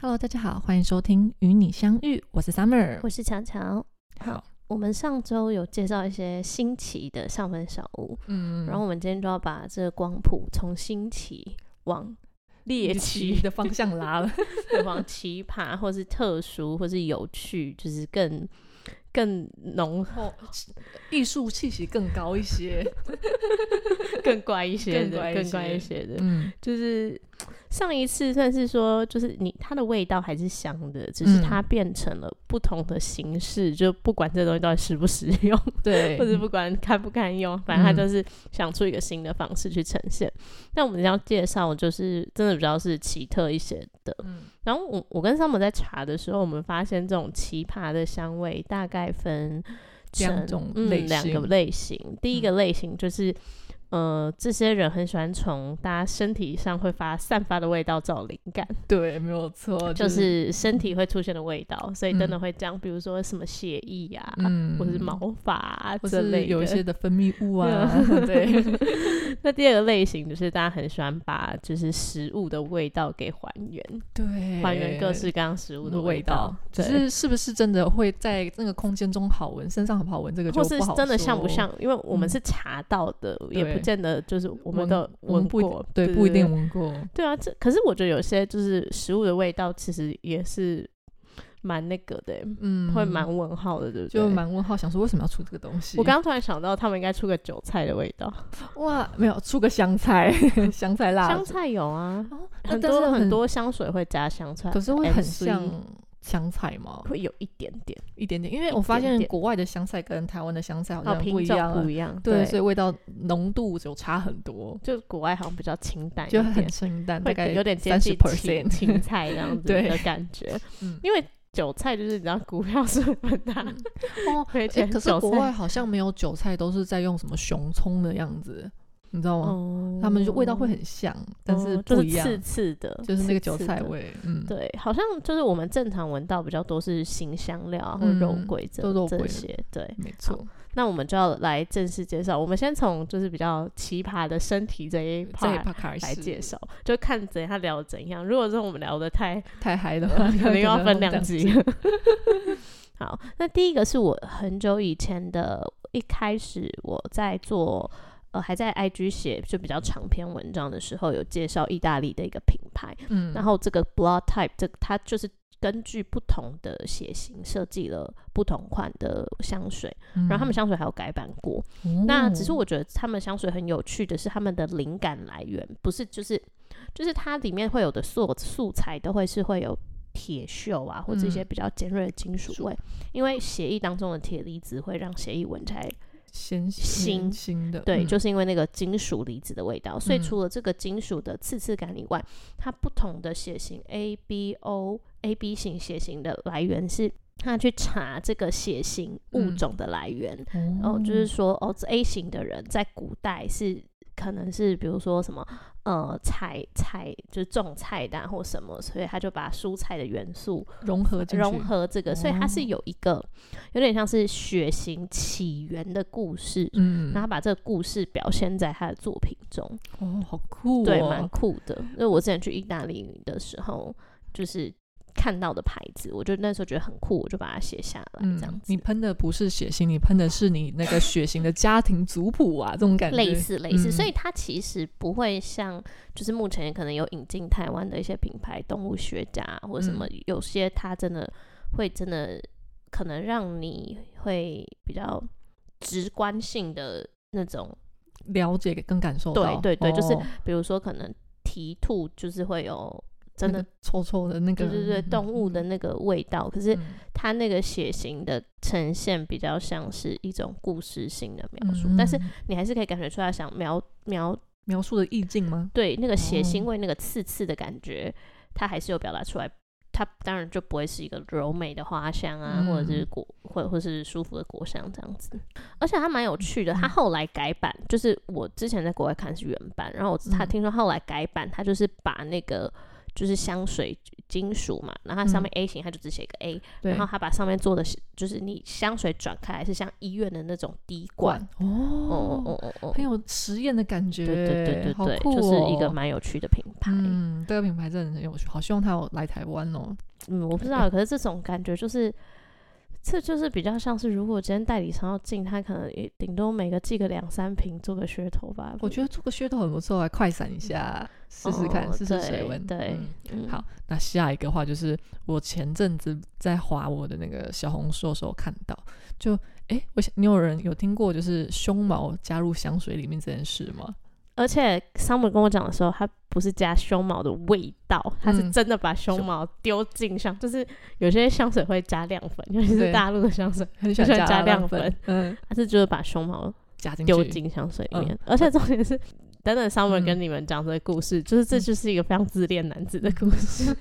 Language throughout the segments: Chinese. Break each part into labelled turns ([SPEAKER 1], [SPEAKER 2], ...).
[SPEAKER 1] Hello，大家好，欢迎收听《与你相遇》，我是 Summer。
[SPEAKER 2] 我是强强。
[SPEAKER 1] 好，
[SPEAKER 2] 我们上周有介绍一些新奇的上门小屋，
[SPEAKER 1] 嗯
[SPEAKER 2] 然后我们今天就要把这个光谱从新奇往猎
[SPEAKER 1] 猎奇
[SPEAKER 2] 奇、
[SPEAKER 1] 的方向 拉了，
[SPEAKER 2] 往奇葩，或是特殊，或是有趣，就是更更浓、
[SPEAKER 1] 哦，艺术气息更高一些。
[SPEAKER 2] 更怪一些
[SPEAKER 1] 更怪
[SPEAKER 2] 的、
[SPEAKER 1] 一
[SPEAKER 2] 更怪
[SPEAKER 1] 些
[SPEAKER 2] 一些的。
[SPEAKER 1] 嗯
[SPEAKER 2] 就是上一次算是说，就是你它的味道还是香的，只是
[SPEAKER 1] 嗯
[SPEAKER 2] 它变成了不同的形式，就不管这东西到底实不实用。
[SPEAKER 1] 对
[SPEAKER 2] 或者不管堪不堪用，反正他
[SPEAKER 1] 嗯
[SPEAKER 2] 就是想出一个新的方式去呈现。那、我们要介绍就是真的比较是奇特一些的。
[SPEAKER 1] 嗯
[SPEAKER 2] 然后我我跟山姆在查的时候，我们发现这种奇葩的香味大概分成
[SPEAKER 1] 两种类
[SPEAKER 2] 嗯两个
[SPEAKER 1] 型嗯
[SPEAKER 2] 类型。第一个类型就是。呃，这些人很喜欢从大家身体上会发散发的味道找灵感，
[SPEAKER 1] 对，没有错，
[SPEAKER 2] 就是是身体会出现的味道，所以真的
[SPEAKER 1] 嗯
[SPEAKER 2] 会这样，比如说什么血液啊，
[SPEAKER 1] 嗯
[SPEAKER 2] 或是毛发啊
[SPEAKER 1] 或
[SPEAKER 2] 之类
[SPEAKER 1] 是
[SPEAKER 2] 的。
[SPEAKER 1] 有一些的分泌物啊，
[SPEAKER 2] 嗯
[SPEAKER 1] 对，
[SPEAKER 2] 那第二个类型就是大家很喜欢把就是食物的味道给还原，
[SPEAKER 1] 对，
[SPEAKER 2] 还原各式各样食物
[SPEAKER 1] 的
[SPEAKER 2] 的
[SPEAKER 1] 哎味
[SPEAKER 2] 道
[SPEAKER 1] 道，，只是是不是真的会在那个空间中好闻，身上好不好闻，这个就
[SPEAKER 2] 对或是
[SPEAKER 1] 不好
[SPEAKER 2] 真的像不
[SPEAKER 1] 说
[SPEAKER 2] 像，因为我们
[SPEAKER 1] 嗯
[SPEAKER 2] 是查到的，也
[SPEAKER 1] 对
[SPEAKER 2] 不见得就是我们
[SPEAKER 1] 闻
[SPEAKER 2] 都
[SPEAKER 1] 闻
[SPEAKER 2] 闻
[SPEAKER 1] 不一
[SPEAKER 2] 过，
[SPEAKER 1] 对，不一定。闻过，
[SPEAKER 2] 对啊，这可是我觉得有些就是食物的味道，其实也是蛮那个的欸、
[SPEAKER 1] 嗯，
[SPEAKER 2] 会蛮问号的，对不对？
[SPEAKER 1] 就。蛮问号，想说为什么要出这个东西？
[SPEAKER 2] 我刚刚突然想到，他们应该出个韭菜的味道，
[SPEAKER 1] 哇，没有出个香 菜，香菜辣
[SPEAKER 2] 香
[SPEAKER 1] 子
[SPEAKER 2] 菜有啊，
[SPEAKER 1] 哦，那
[SPEAKER 2] 很
[SPEAKER 1] 但是
[SPEAKER 2] 多很，多哎香水会加香菜，
[SPEAKER 1] 可是会很
[SPEAKER 2] MC
[SPEAKER 1] 像香菜吗？
[SPEAKER 2] 会有一点点。
[SPEAKER 1] 一点点，因为我发现国外的香菜跟台湾的香菜好
[SPEAKER 2] 哦，
[SPEAKER 1] 像
[SPEAKER 2] 品
[SPEAKER 1] 不一样
[SPEAKER 2] 种
[SPEAKER 1] 啊
[SPEAKER 2] 不，一样，
[SPEAKER 1] 对，
[SPEAKER 2] 对，
[SPEAKER 1] 所以味道浓度有差很多，
[SPEAKER 2] 就国外好像比较清淡一
[SPEAKER 1] 就
[SPEAKER 2] 点，
[SPEAKER 1] 很清淡，大
[SPEAKER 2] 会
[SPEAKER 1] 概
[SPEAKER 2] 有点接
[SPEAKER 1] 三十
[SPEAKER 2] 近青
[SPEAKER 1] percent。
[SPEAKER 2] 青菜这样子
[SPEAKER 1] 对
[SPEAKER 2] 的感觉
[SPEAKER 1] 嗯，
[SPEAKER 2] 因为韭菜就是你知道股票是很大，
[SPEAKER 1] 哦，
[SPEAKER 2] 嗯而
[SPEAKER 1] 哎
[SPEAKER 2] 且
[SPEAKER 1] 可是
[SPEAKER 2] 韭
[SPEAKER 1] 国
[SPEAKER 2] 菜
[SPEAKER 1] 外好像没有韭菜，都是在用什么熊葱的样子，你知道吗？
[SPEAKER 2] 哦
[SPEAKER 1] 他们就味道会很像，但是
[SPEAKER 2] 哦
[SPEAKER 1] 不
[SPEAKER 2] 就
[SPEAKER 1] 一样，
[SPEAKER 2] 刺刺的，
[SPEAKER 1] 就是那个
[SPEAKER 2] 刺
[SPEAKER 1] 韭
[SPEAKER 2] 刺
[SPEAKER 1] 菜
[SPEAKER 2] 的。
[SPEAKER 1] 味，嗯，
[SPEAKER 2] 对，好像就是我们正常闻到比较多是新香料啊，或者肉
[SPEAKER 1] 嗯
[SPEAKER 2] 桂这
[SPEAKER 1] 都肉
[SPEAKER 2] 这
[SPEAKER 1] 桂
[SPEAKER 2] 些。对，
[SPEAKER 1] 没错。
[SPEAKER 2] 那我们就要来正式介绍。我们先从就是比较奇葩的身体这一
[SPEAKER 1] 这一
[SPEAKER 2] part
[SPEAKER 1] 趴开
[SPEAKER 2] 来
[SPEAKER 1] 始
[SPEAKER 2] 介绍，就看怎样聊得怎样。如果说我们聊得 太
[SPEAKER 1] 太嗨了，
[SPEAKER 2] 可能又要分两集。 好，那第一个是我很久以前的，一开始我在做。呃，还在 IG 写就比较长篇文章的时候，有介绍意大利的一个品牌，
[SPEAKER 1] 嗯，
[SPEAKER 2] 然后这个 Blood Type，这它就是根据不同的血型设计了不同款的香水，
[SPEAKER 1] 嗯
[SPEAKER 2] 然后他们香水还有改版过，
[SPEAKER 1] 哦
[SPEAKER 2] 那只是我觉得他们香水很有趣的是，他们的灵感来源不是就是就是它里面会有的素素材都会是会有铁锈啊，或者一些
[SPEAKER 1] 嗯
[SPEAKER 2] 比较尖锐的金属
[SPEAKER 1] 是
[SPEAKER 2] 味，因为血液当中的铁离子会让血液闻起来，
[SPEAKER 1] 新
[SPEAKER 2] 新
[SPEAKER 1] 新的，
[SPEAKER 2] 对，
[SPEAKER 1] 嗯
[SPEAKER 2] 就是因为那个金属离子的味道，所以
[SPEAKER 1] 嗯
[SPEAKER 2] 除了这个金属的刺刺感以外，它不同的血型 A、B、O、A、B 型血型的来源是。他去查这个血型物
[SPEAKER 1] 嗯
[SPEAKER 2] 种的来源，哦，就是说，哦这，A 型的人在古代是可能是比如说什么呃采采就是种菜的啊或什么，所以他就把蔬菜的元素
[SPEAKER 1] 融合进去
[SPEAKER 2] 融合这个，所以它
[SPEAKER 1] 哦
[SPEAKER 2] 是有一个有点像是血型起源的故事，
[SPEAKER 1] 嗯，
[SPEAKER 2] 然后把这个故事表现在他的作品中，
[SPEAKER 1] 哦，好酷哦，
[SPEAKER 2] 对，蛮酷的。因为我之前去意大利的时候，就是。看到的牌子，我就那时候觉得很酷，我就把它写下来，
[SPEAKER 1] 嗯
[SPEAKER 2] 这样子。
[SPEAKER 1] 你喷的不是血型，你喷的是你那个血型的家庭族谱啊，这种感觉
[SPEAKER 2] 类似类似，所
[SPEAKER 1] 嗯
[SPEAKER 2] 以它其实不会像就是目前可能有引进台湾的一些品牌动物学家啊或者什么，
[SPEAKER 1] 嗯
[SPEAKER 2] 有些它真的会真的可能让你会比较直观性的那种，
[SPEAKER 1] 了解跟感受
[SPEAKER 2] 对
[SPEAKER 1] 到，
[SPEAKER 2] 对对就是
[SPEAKER 1] 哦
[SPEAKER 2] 比如说可能蹄兔就是会有真
[SPEAKER 1] 那
[SPEAKER 2] 的
[SPEAKER 1] 个臭臭的那个，
[SPEAKER 2] 对对对
[SPEAKER 1] 嗯
[SPEAKER 2] 动物的那个味道，可是
[SPEAKER 1] 嗯
[SPEAKER 2] 它那个血型的呈现比较像是一种故事性的描述，
[SPEAKER 1] 嗯
[SPEAKER 2] 但是
[SPEAKER 1] 嗯
[SPEAKER 2] 你还是可以感觉出来想描描
[SPEAKER 1] 描述的意境吗？
[SPEAKER 2] 对那个血腥
[SPEAKER 1] 哦
[SPEAKER 2] 味、那个刺刺的感觉，它还是有表达出来。它当然就不会是一个柔美的花香啊，或者是
[SPEAKER 1] 嗯
[SPEAKER 2] 果或或是舒服的果香这样子。而且它蛮
[SPEAKER 1] 嗯
[SPEAKER 2] 有趣的，它后来改版，就是我之前在国外看是原版，然后我他
[SPEAKER 1] 嗯
[SPEAKER 2] 听说后来改版，它就是把那个就是香水金属嘛，然后它上面
[SPEAKER 1] 嗯
[SPEAKER 2] A 型，它就只写一个 A，、
[SPEAKER 1] 对
[SPEAKER 2] 然后它把上面做的是就是你香水转开来是像医院的那种滴管
[SPEAKER 1] 管，
[SPEAKER 2] 哦哦
[SPEAKER 1] 哦，
[SPEAKER 2] 哦哦哦，
[SPEAKER 1] 很有实验的感觉，
[SPEAKER 2] 对对对对
[SPEAKER 1] 好
[SPEAKER 2] 对，
[SPEAKER 1] 酷
[SPEAKER 2] 就是一个
[SPEAKER 1] 哦
[SPEAKER 2] 蛮有趣的品牌。嗯
[SPEAKER 1] 嗯，这个品牌真的很有趣，好希望它有来台湾哦。
[SPEAKER 2] 嗯我不知道，可是这种感觉就是，这就是比较像是如果今天代理商要进，他可能也顶多每个寄个两三瓶做个噱头吧。
[SPEAKER 1] 我觉得做个噱头很不错，来啊快闪一下，试试看，
[SPEAKER 2] 哦
[SPEAKER 1] 试试
[SPEAKER 2] 对
[SPEAKER 1] 水温。
[SPEAKER 2] 对
[SPEAKER 1] 嗯
[SPEAKER 2] 嗯
[SPEAKER 1] 好，那下一个话就是我前阵子在划我的那个小红书的时候看到，就诶，我想你有人有听过就是胸毛加入香水里面这件事吗？
[SPEAKER 2] 而且 Summer 跟我讲的时候，他不是加胸毛的味道，他是
[SPEAKER 1] 嗯
[SPEAKER 2] 真的把胸
[SPEAKER 1] 胸
[SPEAKER 2] 毛丢进香，就是有些香水会加亮粉，尤其是
[SPEAKER 1] 对
[SPEAKER 2] 大陆的 香水，
[SPEAKER 1] 很喜欢
[SPEAKER 2] 喜欢加
[SPEAKER 1] 亮
[SPEAKER 2] 亮粉，
[SPEAKER 1] 嗯，
[SPEAKER 2] 他是就是把胸毛
[SPEAKER 1] 加进嗯
[SPEAKER 2] 丢
[SPEAKER 1] 去。
[SPEAKER 2] 进香水里
[SPEAKER 1] 嗯
[SPEAKER 2] 面，而且重点是。等等，Summer
[SPEAKER 1] 嗯
[SPEAKER 2] 跟你们讲这个故事，就是这
[SPEAKER 1] 嗯
[SPEAKER 2] 就是一个非常自恋男子的故事。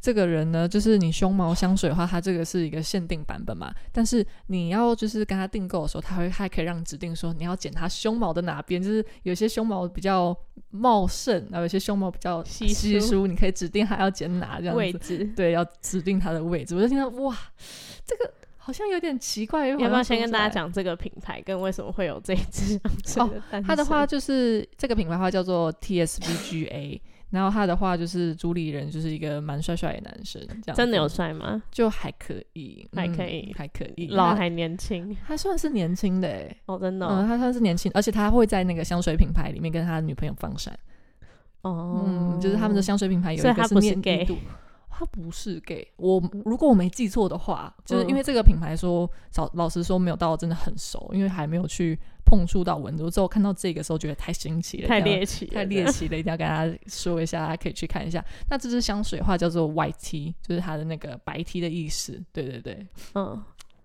[SPEAKER 1] 这个人呢，就是你胸毛香水的话，它这个是一个限定版本嘛。但是你要就是跟他订购的时候，他会还可以让你指定说你要剪他胸毛的哪边，就是有些胸毛比较茂盛，啊然后有些胸毛比较
[SPEAKER 2] 稀疏
[SPEAKER 1] 稀疏，你可以指定他要剪哪这样
[SPEAKER 2] 位
[SPEAKER 1] 子。
[SPEAKER 2] 置，
[SPEAKER 1] 对，要指定他的位置。我就听到哇，这个好像有点奇怪。又好
[SPEAKER 2] 要
[SPEAKER 1] 像
[SPEAKER 2] 不要先
[SPEAKER 1] 说
[SPEAKER 2] 跟
[SPEAKER 1] 出
[SPEAKER 2] 大家
[SPEAKER 1] 来？
[SPEAKER 2] 讲这个品牌跟为什么会有这一支香水诞生？
[SPEAKER 1] 它的话就是这个品牌的话叫做 TSVGA，然后他的话就是主理人就是一个蛮帅帅的男生，这样
[SPEAKER 2] 真
[SPEAKER 1] 子
[SPEAKER 2] 的有帅吗？
[SPEAKER 1] 就还可以，
[SPEAKER 2] 还
[SPEAKER 1] 嗯
[SPEAKER 2] 可以
[SPEAKER 1] 还可以，
[SPEAKER 2] 老
[SPEAKER 1] 他
[SPEAKER 2] 还年轻
[SPEAKER 1] 他算是年轻的欸，
[SPEAKER 2] 哦，真的
[SPEAKER 1] 嗯，
[SPEAKER 2] 哦
[SPEAKER 1] 他算是年轻，而且他会在那个香水品牌里面跟他的女朋友放闪，
[SPEAKER 2] 哦，
[SPEAKER 1] 嗯，就是他们的香水品牌有
[SPEAKER 2] 所以
[SPEAKER 1] 一
[SPEAKER 2] 他
[SPEAKER 1] 个
[SPEAKER 2] 不是
[SPEAKER 1] 面
[SPEAKER 2] gay
[SPEAKER 1] 密度。他不是 gay，我如果我没记错的话，就是因
[SPEAKER 2] 嗯
[SPEAKER 1] 为这个品牌说，老老实说没有到真的很熟，因为还没有去碰触到蚊子。我之后看到这个时候觉得太新奇了，
[SPEAKER 2] 太
[SPEAKER 1] 一定要
[SPEAKER 2] 猎奇了，
[SPEAKER 1] 太猎奇了，一定要跟大家说一下，大家可以去看一下。那这支香水的话叫做 YT，就是它的那个白 T 的意思。对对对，
[SPEAKER 2] 嗯，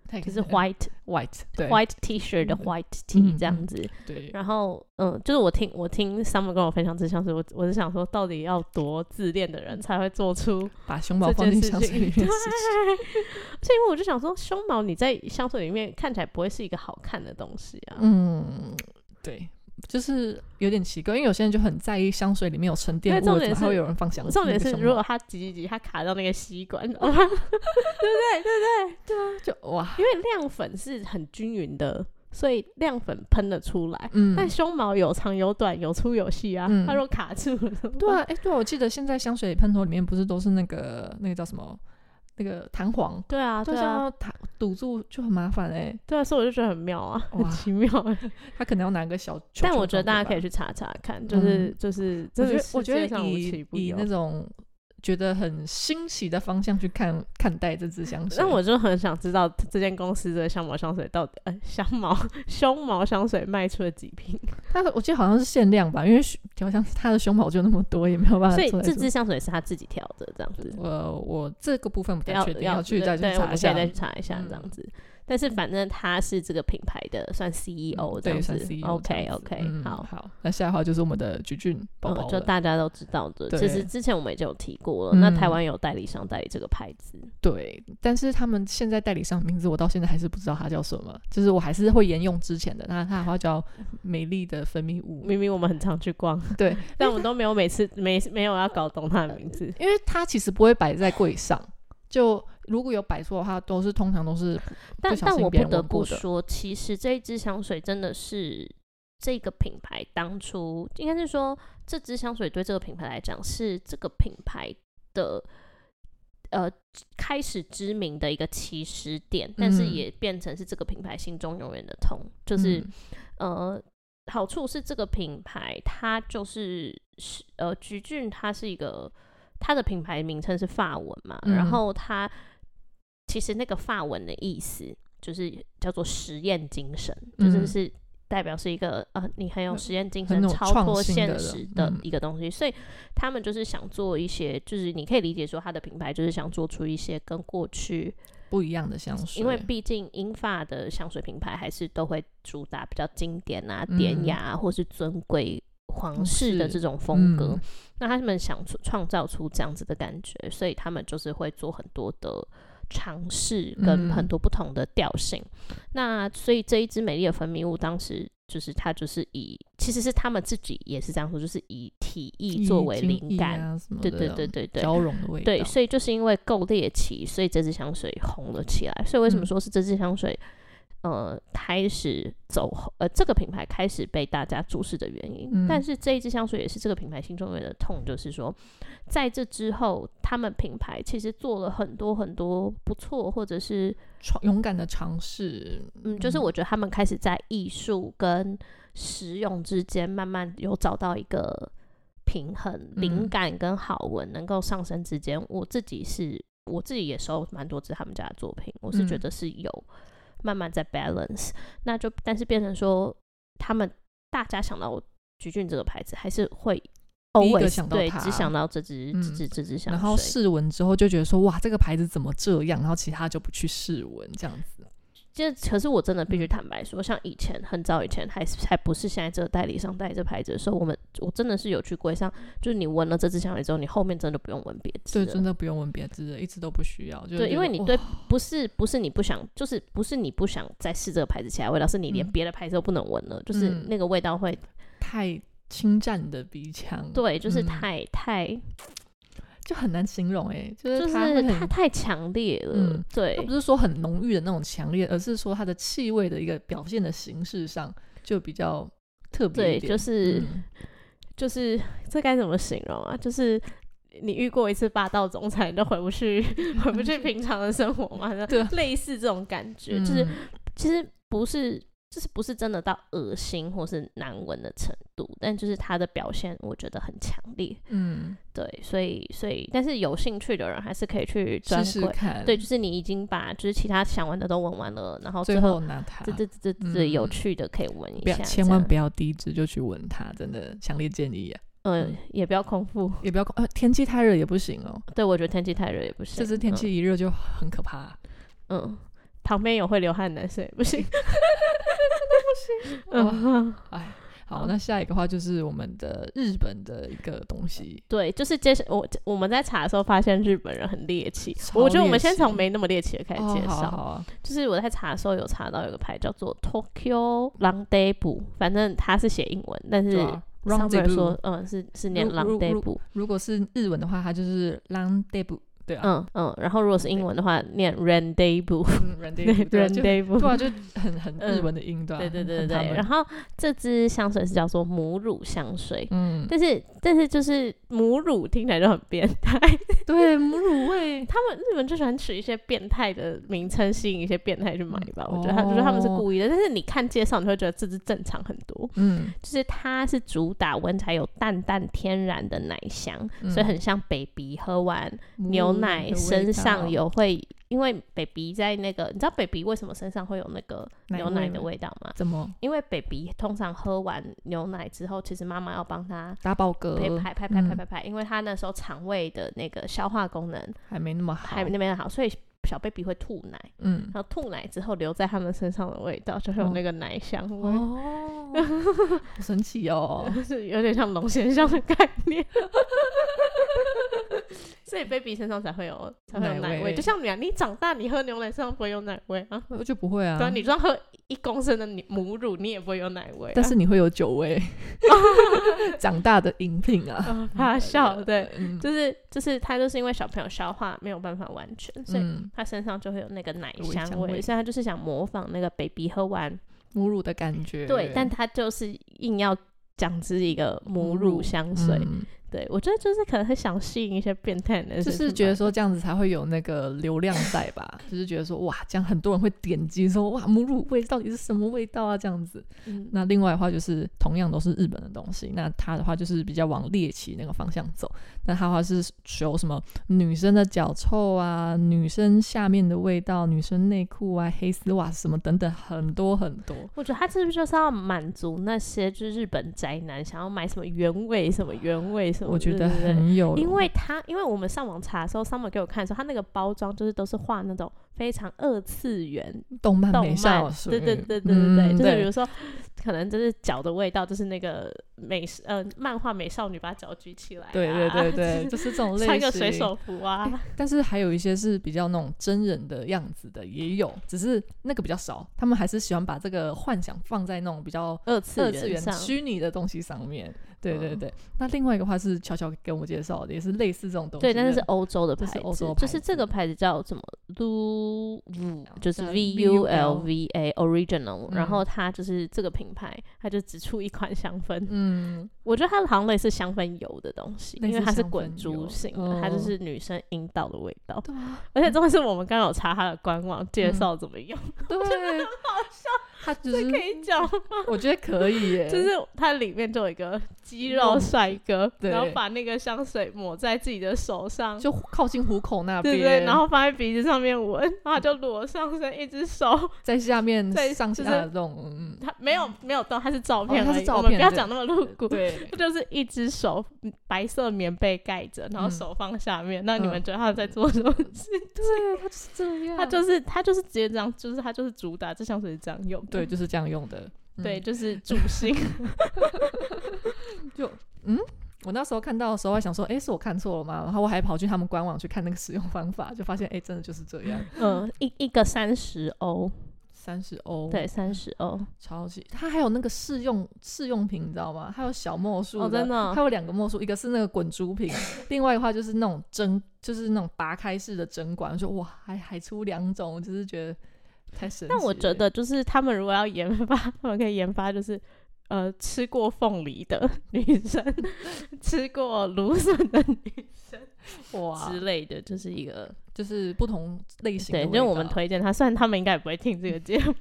[SPEAKER 1] 它也
[SPEAKER 2] 就是
[SPEAKER 1] 是
[SPEAKER 2] white
[SPEAKER 1] white 对
[SPEAKER 2] white T 恤的
[SPEAKER 1] 嗯
[SPEAKER 2] white
[SPEAKER 1] 嗯
[SPEAKER 2] T
[SPEAKER 1] 嗯
[SPEAKER 2] 这样子。
[SPEAKER 1] 对，
[SPEAKER 2] 然后，嗯，就是我听我听 Summer 跟我分享这香水，我我是想说，到底要多自恋的
[SPEAKER 1] 嗯
[SPEAKER 2] 人才会做出？
[SPEAKER 1] 把胸毛放进香水里面的事情。
[SPEAKER 2] 是因为我就想说，胸毛你在香水里面看起来不会是一个好看的东西啊。
[SPEAKER 1] 嗯，对，就是有点奇怪，因为有些人就很在意香水里面有沉淀
[SPEAKER 2] 对重
[SPEAKER 1] 物，
[SPEAKER 2] 点
[SPEAKER 1] 怎
[SPEAKER 2] 是
[SPEAKER 1] 么还会有人放香？
[SPEAKER 2] 重点
[SPEAKER 1] 那
[SPEAKER 2] 是，
[SPEAKER 1] 个香
[SPEAKER 2] 如
[SPEAKER 1] 茅
[SPEAKER 2] 果它挤挤挤，它卡到那个吸管， 对不对？对不对？
[SPEAKER 1] 就哇，
[SPEAKER 2] 因为亮粉是很均匀的，所以亮粉喷得出来。
[SPEAKER 1] 嗯，
[SPEAKER 2] 但胸毛有长有短，有粗有细啊。
[SPEAKER 1] 嗯
[SPEAKER 2] 它如果卡住了，
[SPEAKER 1] 对啊，哎、对啊，我记得现在香水喷头里面不是都是那个那个叫什么那个弹簧，
[SPEAKER 2] 对啊，
[SPEAKER 1] 对
[SPEAKER 2] 对
[SPEAKER 1] 啊，
[SPEAKER 2] 啊，
[SPEAKER 1] 要弹堵住就很麻烦哎、
[SPEAKER 2] 对啊，所以我就觉得很妙啊，很
[SPEAKER 1] 哇
[SPEAKER 2] 奇妙啊、
[SPEAKER 1] 他可能要拿个小球球
[SPEAKER 2] 但我觉得
[SPEAKER 1] 装
[SPEAKER 2] 大家
[SPEAKER 1] 着
[SPEAKER 2] 可以
[SPEAKER 1] 吧，
[SPEAKER 2] 去查查看，就是、
[SPEAKER 1] 嗯
[SPEAKER 2] 就是，真的
[SPEAKER 1] 我觉得
[SPEAKER 2] 世界上无
[SPEAKER 1] 我觉
[SPEAKER 2] 奇
[SPEAKER 1] 得
[SPEAKER 2] 不
[SPEAKER 1] 以以
[SPEAKER 2] 有
[SPEAKER 1] 那。种觉得很新奇的方向去看看待这支香水。
[SPEAKER 2] 但我就很想知道这间公司的香茅香水到底，呃，香茅 胸毛香水卖出了几瓶，
[SPEAKER 1] 它我记得好像是限量吧，因为胸好像它的胸毛就那么多，也没有办法
[SPEAKER 2] 所以
[SPEAKER 1] 啊做来
[SPEAKER 2] 这
[SPEAKER 1] 做
[SPEAKER 2] 支香水是他自己调的，这样子。
[SPEAKER 1] 我呃我这个部分不太
[SPEAKER 2] 要
[SPEAKER 1] 确定，要去
[SPEAKER 2] 对
[SPEAKER 1] 再去
[SPEAKER 2] 对
[SPEAKER 1] 查
[SPEAKER 2] 我
[SPEAKER 1] 嗯
[SPEAKER 2] 们
[SPEAKER 1] 一
[SPEAKER 2] 可以
[SPEAKER 1] 下。
[SPEAKER 2] 再去查一下这样子。但是反正他是这个品牌的算 CEO E 这样
[SPEAKER 1] 嗯对，
[SPEAKER 2] 子
[SPEAKER 1] 算 CEO
[SPEAKER 2] ，OK
[SPEAKER 1] 这样子
[SPEAKER 2] OK，、
[SPEAKER 1] 嗯
[SPEAKER 2] 好，
[SPEAKER 1] 好。那下一话就是我们的菊俊宝宝
[SPEAKER 2] 嗯，就
[SPEAKER 1] 了
[SPEAKER 2] 大家都知道的。
[SPEAKER 1] 对
[SPEAKER 2] 其实之前我们已经有提过了，那
[SPEAKER 1] 嗯
[SPEAKER 2] 台湾有代理商代理这个牌子，
[SPEAKER 1] 对，但是他们现在代理商的名字我到现在还是不知道它叫什么，就是我还是会沿用之前的，那它的话叫美丽的分泌物，
[SPEAKER 2] 明明我们很常去逛，
[SPEAKER 1] 对，
[SPEAKER 2] 但我们都没有每次没没有要搞懂它的名字。
[SPEAKER 1] 因为它其实不会摆在柜上，就如果有摆错的话，都是通常都是
[SPEAKER 2] 但
[SPEAKER 1] 不小
[SPEAKER 2] 但
[SPEAKER 1] 心
[SPEAKER 2] 我
[SPEAKER 1] 别
[SPEAKER 2] 不
[SPEAKER 1] 人
[SPEAKER 2] 得
[SPEAKER 1] 闻
[SPEAKER 2] 不
[SPEAKER 1] 过的
[SPEAKER 2] 说，其实这一支香水真的是这个品牌当初应该是说，这支香水对这个品牌来讲是这个品牌的呃开始知名的一个起始点，但是
[SPEAKER 1] 嗯
[SPEAKER 2] 也变成是这个品牌心中永远的痛，就是、
[SPEAKER 1] 嗯
[SPEAKER 2] 呃，好处是这个品牌它就是是呃，菊俊它是一个它的品牌名称是法文嘛，然
[SPEAKER 1] 嗯
[SPEAKER 2] 后它其实那个法文的意思就是叫做实验精神，就是
[SPEAKER 1] 嗯
[SPEAKER 2] 是。代表是一个呃，你很有
[SPEAKER 1] 很
[SPEAKER 2] 实验精
[SPEAKER 1] 很有
[SPEAKER 2] 神，超
[SPEAKER 1] 创
[SPEAKER 2] 脱
[SPEAKER 1] 新
[SPEAKER 2] 现
[SPEAKER 1] 的
[SPEAKER 2] 实
[SPEAKER 1] 人
[SPEAKER 2] 的
[SPEAKER 1] 嗯
[SPEAKER 2] 一个东西，所以他们就是想做一些，就是你可以理解说，它的品牌就是想做出一些跟过去
[SPEAKER 1] 不一样的香水，
[SPEAKER 2] 因为毕竟英法的香水品牌还是都会主打比较经典啊、
[SPEAKER 1] 嗯哦
[SPEAKER 2] 典雅、啊、或是尊贵皇室的
[SPEAKER 1] 是
[SPEAKER 2] 这种风格。
[SPEAKER 1] 嗯
[SPEAKER 2] 那他们想出创造出这样子的感觉，所以他们就是会做很多的尝试跟
[SPEAKER 1] 嗯
[SPEAKER 2] 很多不同的调性。那所以这一支美丽的分泌物当时。就是它就是以其实是他们自己也是这样说，就是以体意作为灵感，
[SPEAKER 1] 啊什么的，
[SPEAKER 2] 对对对对对。
[SPEAKER 1] 交融的味道，
[SPEAKER 2] 对，所以就是因为够猎奇，所以这支香水红了起来。所以为什么
[SPEAKER 1] 嗯
[SPEAKER 2] 说是这支香水，呃，开始走红，呃，这个品牌开始被大家注视的原因。
[SPEAKER 1] 嗯
[SPEAKER 2] 但是这一支香水也是这个品牌心中有的痛，就是说，在这之后，他们品牌其实做了很多很多不错，或者是
[SPEAKER 1] 创勇敢的尝试，
[SPEAKER 2] 嗯，就是我觉得他们开始在艺术跟实用之间慢慢有找到一个平衡，灵
[SPEAKER 1] 嗯
[SPEAKER 2] 感跟好闻能够上升之间，我自己是我自己也收蛮多支他们家的作品，我是觉
[SPEAKER 1] 嗯
[SPEAKER 2] 得是有慢慢在 balance，、那就但是变成说他们大家想到橘郡这个牌子，还是会
[SPEAKER 1] 第一个
[SPEAKER 2] always
[SPEAKER 1] 想到
[SPEAKER 2] 对
[SPEAKER 1] 它
[SPEAKER 2] 只想到这支、这
[SPEAKER 1] 嗯
[SPEAKER 2] 支这支香
[SPEAKER 1] 然后
[SPEAKER 2] 水，
[SPEAKER 1] 试闻之后就觉得说，哇，这个牌子怎么这样？然后其他就不去试闻这样子。
[SPEAKER 2] 这可是我真的必须
[SPEAKER 1] 嗯
[SPEAKER 2] 坦白说，像以前很早以前还是还不是现在这个代理商代理这牌子的时候，我们我真的是有去柜上，就是你闻了这支香水之后，你后面真的不用闻别
[SPEAKER 1] 对，
[SPEAKER 2] 支
[SPEAKER 1] 真
[SPEAKER 2] 了。
[SPEAKER 1] 的不用闻别致的，一直都不需要。就
[SPEAKER 2] 对，因为你对
[SPEAKER 1] 哇
[SPEAKER 2] 不是不是你不想，就是不是你不想再试这个牌子其他味道，是你连
[SPEAKER 1] 嗯
[SPEAKER 2] 别的牌子都不能闻了，就是
[SPEAKER 1] 嗯
[SPEAKER 2] 那个味道会
[SPEAKER 1] 太侵占你的鼻腔，，
[SPEAKER 2] 对，就是
[SPEAKER 1] 嗯
[SPEAKER 2] 太、太
[SPEAKER 1] 就很难形容哎、就是
[SPEAKER 2] 就是
[SPEAKER 1] 它会
[SPEAKER 2] 它
[SPEAKER 1] 很。
[SPEAKER 2] 太强烈了，
[SPEAKER 1] 嗯它
[SPEAKER 2] 对
[SPEAKER 1] 不，是说很浓郁的那种强烈，而是说它的气味的一个表现的形式上就比较特别
[SPEAKER 2] 对，
[SPEAKER 1] 一点。
[SPEAKER 2] 就是、
[SPEAKER 1] 嗯
[SPEAKER 2] 就是这该怎么形容啊？就是你遇过一次霸道总裁，你就回不去 回不去平常的生活嘛？
[SPEAKER 1] 对啊
[SPEAKER 2] 类似这种感觉，就是
[SPEAKER 1] 嗯
[SPEAKER 2] 其实不是，就是不是真的到恶心或是难闻的程度，但就是他的表现，我觉得很强烈。
[SPEAKER 1] 嗯，
[SPEAKER 2] 对，所以所以，但是有兴趣的人还是可以去专
[SPEAKER 1] 试
[SPEAKER 2] 柜。
[SPEAKER 1] 试看，
[SPEAKER 2] 对，就是你已经把就是其他想玩的都闻完了，然后
[SPEAKER 1] 最
[SPEAKER 2] 最后
[SPEAKER 1] 后拿它
[SPEAKER 2] 这，这这这这有
[SPEAKER 1] 嗯
[SPEAKER 2] 趣的可以闻
[SPEAKER 1] 不
[SPEAKER 2] 一
[SPEAKER 1] 要
[SPEAKER 2] 下，
[SPEAKER 1] 千
[SPEAKER 2] 这
[SPEAKER 1] 万
[SPEAKER 2] 样
[SPEAKER 1] 不要低脂就去闻它，真的强烈建议啊！
[SPEAKER 2] 呃
[SPEAKER 1] 嗯
[SPEAKER 2] 也不要空腹。
[SPEAKER 1] 也不要呃，天气太热也不行哦，
[SPEAKER 2] 对，我觉得天气太热也不行。
[SPEAKER 1] 这次天
[SPEAKER 2] 嗯
[SPEAKER 1] 气一热就很可怕、
[SPEAKER 2] 嗯，旁边有会流汗的男生也 不行。
[SPEAKER 1] 嗯，
[SPEAKER 2] 嗯，
[SPEAKER 1] 哎，
[SPEAKER 2] 好
[SPEAKER 1] 好，那下一个话就是我们的日本的一个东西，
[SPEAKER 2] 对，就是接下我我们在查的时候发现日本人很猎奇，
[SPEAKER 1] 超
[SPEAKER 2] 我觉得我们
[SPEAKER 1] 猎
[SPEAKER 2] 先从
[SPEAKER 1] 奇
[SPEAKER 2] 没那么猎奇的开始
[SPEAKER 1] 哦
[SPEAKER 2] 介，
[SPEAKER 1] 好
[SPEAKER 2] 绍。
[SPEAKER 1] 啊好啊，
[SPEAKER 2] 就是我在查的时候有查到有个牌叫做 Tokyo Rendezvous，反正它是写英文，但是
[SPEAKER 1] 对啊
[SPEAKER 2] 上面
[SPEAKER 1] Rendezvous
[SPEAKER 2] 说嗯是是念
[SPEAKER 1] Ru- Ru-
[SPEAKER 2] Rendezvous，
[SPEAKER 1] 如果是日文的话，它就是 rendezvous，对啊，
[SPEAKER 2] 嗯嗯，然后如果是英文的话念 Rendezvous
[SPEAKER 1] 嗯 rendezvous，对啊就对
[SPEAKER 2] Rendezvous。嗯
[SPEAKER 1] 啊，就很很日文的音，对啊
[SPEAKER 2] 对对对对
[SPEAKER 1] 很他
[SPEAKER 2] 对，
[SPEAKER 1] 们
[SPEAKER 2] 然后这支香水是叫做母乳香水，
[SPEAKER 1] 嗯，
[SPEAKER 2] 但是但是就是母乳听起来就很变 态，
[SPEAKER 1] 对母乳味，
[SPEAKER 2] 他们日本就喜欢取一些变态的名称，吸引一些变态去买吧。
[SPEAKER 1] 嗯
[SPEAKER 2] 我觉得他就是他们是
[SPEAKER 1] 哦
[SPEAKER 2] 故意的，但是你看介绍，你会觉得这支正常很多。
[SPEAKER 1] 嗯，
[SPEAKER 2] 就是它是主打闻起来有淡淡天然的奶香，
[SPEAKER 1] 嗯
[SPEAKER 2] 所以很像 baby 喝完
[SPEAKER 1] 母乳
[SPEAKER 2] 牛
[SPEAKER 1] 的味
[SPEAKER 2] 奶
[SPEAKER 1] 道
[SPEAKER 2] 身上有会，因为 baby 在那个，你知道 baby 为什么身上会有那个
[SPEAKER 1] 奶
[SPEAKER 2] 牛
[SPEAKER 1] 味
[SPEAKER 2] 奶的
[SPEAKER 1] 吗
[SPEAKER 2] 味道吗？
[SPEAKER 1] 怎么
[SPEAKER 2] 因为 baby 通常喝完牛奶之后，其实妈妈要帮他
[SPEAKER 1] 打饱嗝，
[SPEAKER 2] 陪拍拍拍
[SPEAKER 1] 嗯
[SPEAKER 2] 拍拍拍，因为他那时候肠胃的那个消化功能
[SPEAKER 1] 还没那么好
[SPEAKER 2] 还，那边好，所以小 baby 会吐奶，
[SPEAKER 1] 嗯，
[SPEAKER 2] 然后吐奶之后留在他们身上的味道，就是有
[SPEAKER 1] 哦
[SPEAKER 2] 那个奶香味，
[SPEAKER 1] 哦， 好神奇哦，
[SPEAKER 2] 就是有点像龙涎香的概念。 所以 baby 身上才会有才会有
[SPEAKER 1] 奶
[SPEAKER 2] 奶
[SPEAKER 1] 味
[SPEAKER 2] 味，就像你啊，你长大你喝牛奶身上不会有奶味啊，
[SPEAKER 1] 我就不会啊
[SPEAKER 2] 对啊，，你就算喝一公升的你母乳，你也不会有奶味啊、
[SPEAKER 1] 但是你会有酒 味，长大的饮品啊，
[SPEAKER 2] 啊 怕笑，对，
[SPEAKER 1] 嗯，
[SPEAKER 2] 就是就是他就是因为小朋友消化没有办法完全，所以
[SPEAKER 1] 嗯
[SPEAKER 2] 他身上就会有那个奶
[SPEAKER 1] 有
[SPEAKER 2] 香
[SPEAKER 1] 香
[SPEAKER 2] 味，
[SPEAKER 1] 味
[SPEAKER 2] 所以他就是想模仿那个 baby 喝完
[SPEAKER 1] 母乳的感觉，
[SPEAKER 2] 对，但他就是硬要讲是一个母
[SPEAKER 1] 母
[SPEAKER 2] 乳
[SPEAKER 1] 乳
[SPEAKER 2] 香水。
[SPEAKER 1] 嗯
[SPEAKER 2] 对我觉得就是可能会想吸引一些变态的男
[SPEAKER 1] 就
[SPEAKER 2] 生去买，
[SPEAKER 1] 是觉得说这样子才会有那个流量在吧，就是觉得说哇，这样很多人会点击说哇，母乳味到底是什么味道啊？这样子。
[SPEAKER 2] 嗯，
[SPEAKER 1] 那另外的话就是同样都是日本的东西，那它的话就是比较往猎奇那个方向走。那它的话是有什么女生的脚臭啊，女生下面的味道，女生内裤啊，黑丝袜什么等等，很多很多。
[SPEAKER 2] 我觉得他是不是就是要满足那些就是日本宅男想要买什么原味、什么原味、什什么的，
[SPEAKER 1] 我觉得
[SPEAKER 2] 对不对
[SPEAKER 1] 很有，
[SPEAKER 2] 因为它，因为我们上网查的时候，Summer 给我看的时候，它那个包装就是都是画那种非常二次元
[SPEAKER 1] 动漫
[SPEAKER 2] 动
[SPEAKER 1] 嗯美
[SPEAKER 2] 漫
[SPEAKER 1] 少，女，
[SPEAKER 2] 对对对对对
[SPEAKER 1] 嗯
[SPEAKER 2] 对，就是比
[SPEAKER 1] 对
[SPEAKER 2] 如说，可能就是脚的味道，就是那个美呃漫画美少女把脚举起来、啊，
[SPEAKER 1] 对对对对，
[SPEAKER 2] 就
[SPEAKER 1] 就是这种类
[SPEAKER 2] 是
[SPEAKER 1] 型。
[SPEAKER 2] 穿个水手服啊，
[SPEAKER 1] 但是还有一些是比较那种真人的样子的，也有，只是那个比较少。他们还是喜欢把这个幻想放在那种比较
[SPEAKER 2] 二 次
[SPEAKER 1] 二次元
[SPEAKER 2] 上，
[SPEAKER 1] 虚拟的东西上面。对对
[SPEAKER 2] 嗯
[SPEAKER 1] 对。那另外一个话是乔乔给我们介绍的，也是类似这种东西。
[SPEAKER 2] 对，但是是欧洲的
[SPEAKER 1] 这
[SPEAKER 2] 牌子，
[SPEAKER 1] 是欧洲的
[SPEAKER 2] 就是
[SPEAKER 1] 牌
[SPEAKER 2] 这
[SPEAKER 1] 子
[SPEAKER 2] 个牌子叫什么 Lu，就是 V
[SPEAKER 1] V
[SPEAKER 2] U
[SPEAKER 1] U
[SPEAKER 2] L
[SPEAKER 1] L
[SPEAKER 2] V A Original，、然
[SPEAKER 1] 嗯
[SPEAKER 2] 后它就是这个品牌，它就只出一款香氛，
[SPEAKER 1] 嗯，
[SPEAKER 2] 我觉得它好像类似香氛油的东西，
[SPEAKER 1] 类
[SPEAKER 2] 因为
[SPEAKER 1] 似
[SPEAKER 2] 它是
[SPEAKER 1] 香
[SPEAKER 2] 滚
[SPEAKER 1] 氛
[SPEAKER 2] 珠
[SPEAKER 1] 油
[SPEAKER 2] 型的，它就
[SPEAKER 1] 哦
[SPEAKER 2] 是女生阴道的味道。
[SPEAKER 1] 对啊，
[SPEAKER 2] 而且重点是我们刚刚有查它的官网介
[SPEAKER 1] 嗯
[SPEAKER 2] 绍怎么用，
[SPEAKER 1] 对，很好笑。他就
[SPEAKER 2] 这可
[SPEAKER 1] 是
[SPEAKER 2] 以讲吗，
[SPEAKER 1] 我觉得可以耶，
[SPEAKER 2] 就是它里面就有一个肌肉
[SPEAKER 1] 肉
[SPEAKER 2] 帅哥，
[SPEAKER 1] 对
[SPEAKER 2] 然后把那个香水抹在自己的手上，
[SPEAKER 1] 就靠近虎口那
[SPEAKER 2] 对
[SPEAKER 1] 边，
[SPEAKER 2] 不对？然后放在鼻子上面闻，然后就裸上身，一只手，
[SPEAKER 1] 在下面
[SPEAKER 2] 在
[SPEAKER 1] 上
[SPEAKER 2] 就
[SPEAKER 1] 下
[SPEAKER 2] 是
[SPEAKER 1] 的这种， 嗯
[SPEAKER 2] 它没有没有动，它是照片而已，
[SPEAKER 1] 哦它是照
[SPEAKER 2] 我们
[SPEAKER 1] 片
[SPEAKER 2] 不要
[SPEAKER 1] 对
[SPEAKER 2] 讲那么露骨
[SPEAKER 1] 嗯，。对。
[SPEAKER 2] 它就是一只手，嗯白色棉被盖着，然后
[SPEAKER 1] 嗯
[SPEAKER 2] 手放下面。那你
[SPEAKER 1] 嗯
[SPEAKER 2] 们觉得他在做什么事？
[SPEAKER 1] 对，啊他就是这样，
[SPEAKER 2] 他就是他就是直接这样，就是他就是主打这香水是这样用的。
[SPEAKER 1] 对，就是这样用的。嗯
[SPEAKER 2] 对，就是助兴。
[SPEAKER 1] 就嗯，我那时候看到的时候还想说，诶，是我看错了吗？然后我还跑去他们官网去看那个使用方法，就发现，诶，真的就是这样，
[SPEAKER 2] 嗯，一一个三十欧，
[SPEAKER 1] 三十欧，
[SPEAKER 2] 对，，三十欧。
[SPEAKER 1] 超级。它还有那个试用试用品，你知道吗？还有小墨数
[SPEAKER 2] 哦真的哦
[SPEAKER 1] 它有两个墨数，一个是那个滚珠瓶，另外的话就是那种针，就是那种拔开式的针管。我说哇，还还出两种，我就是觉得太神奇了。
[SPEAKER 2] 但我觉得就是他们如果要研发，他们可以研发就是。呃，吃过凤梨的女生， 吃过芦笋的女生
[SPEAKER 1] 哇
[SPEAKER 2] 之，类的，就是一个
[SPEAKER 1] 就是不同类型的味
[SPEAKER 2] 对，
[SPEAKER 1] 道，
[SPEAKER 2] 就是我们推荐他，虽然他们应该也不会听这个节目，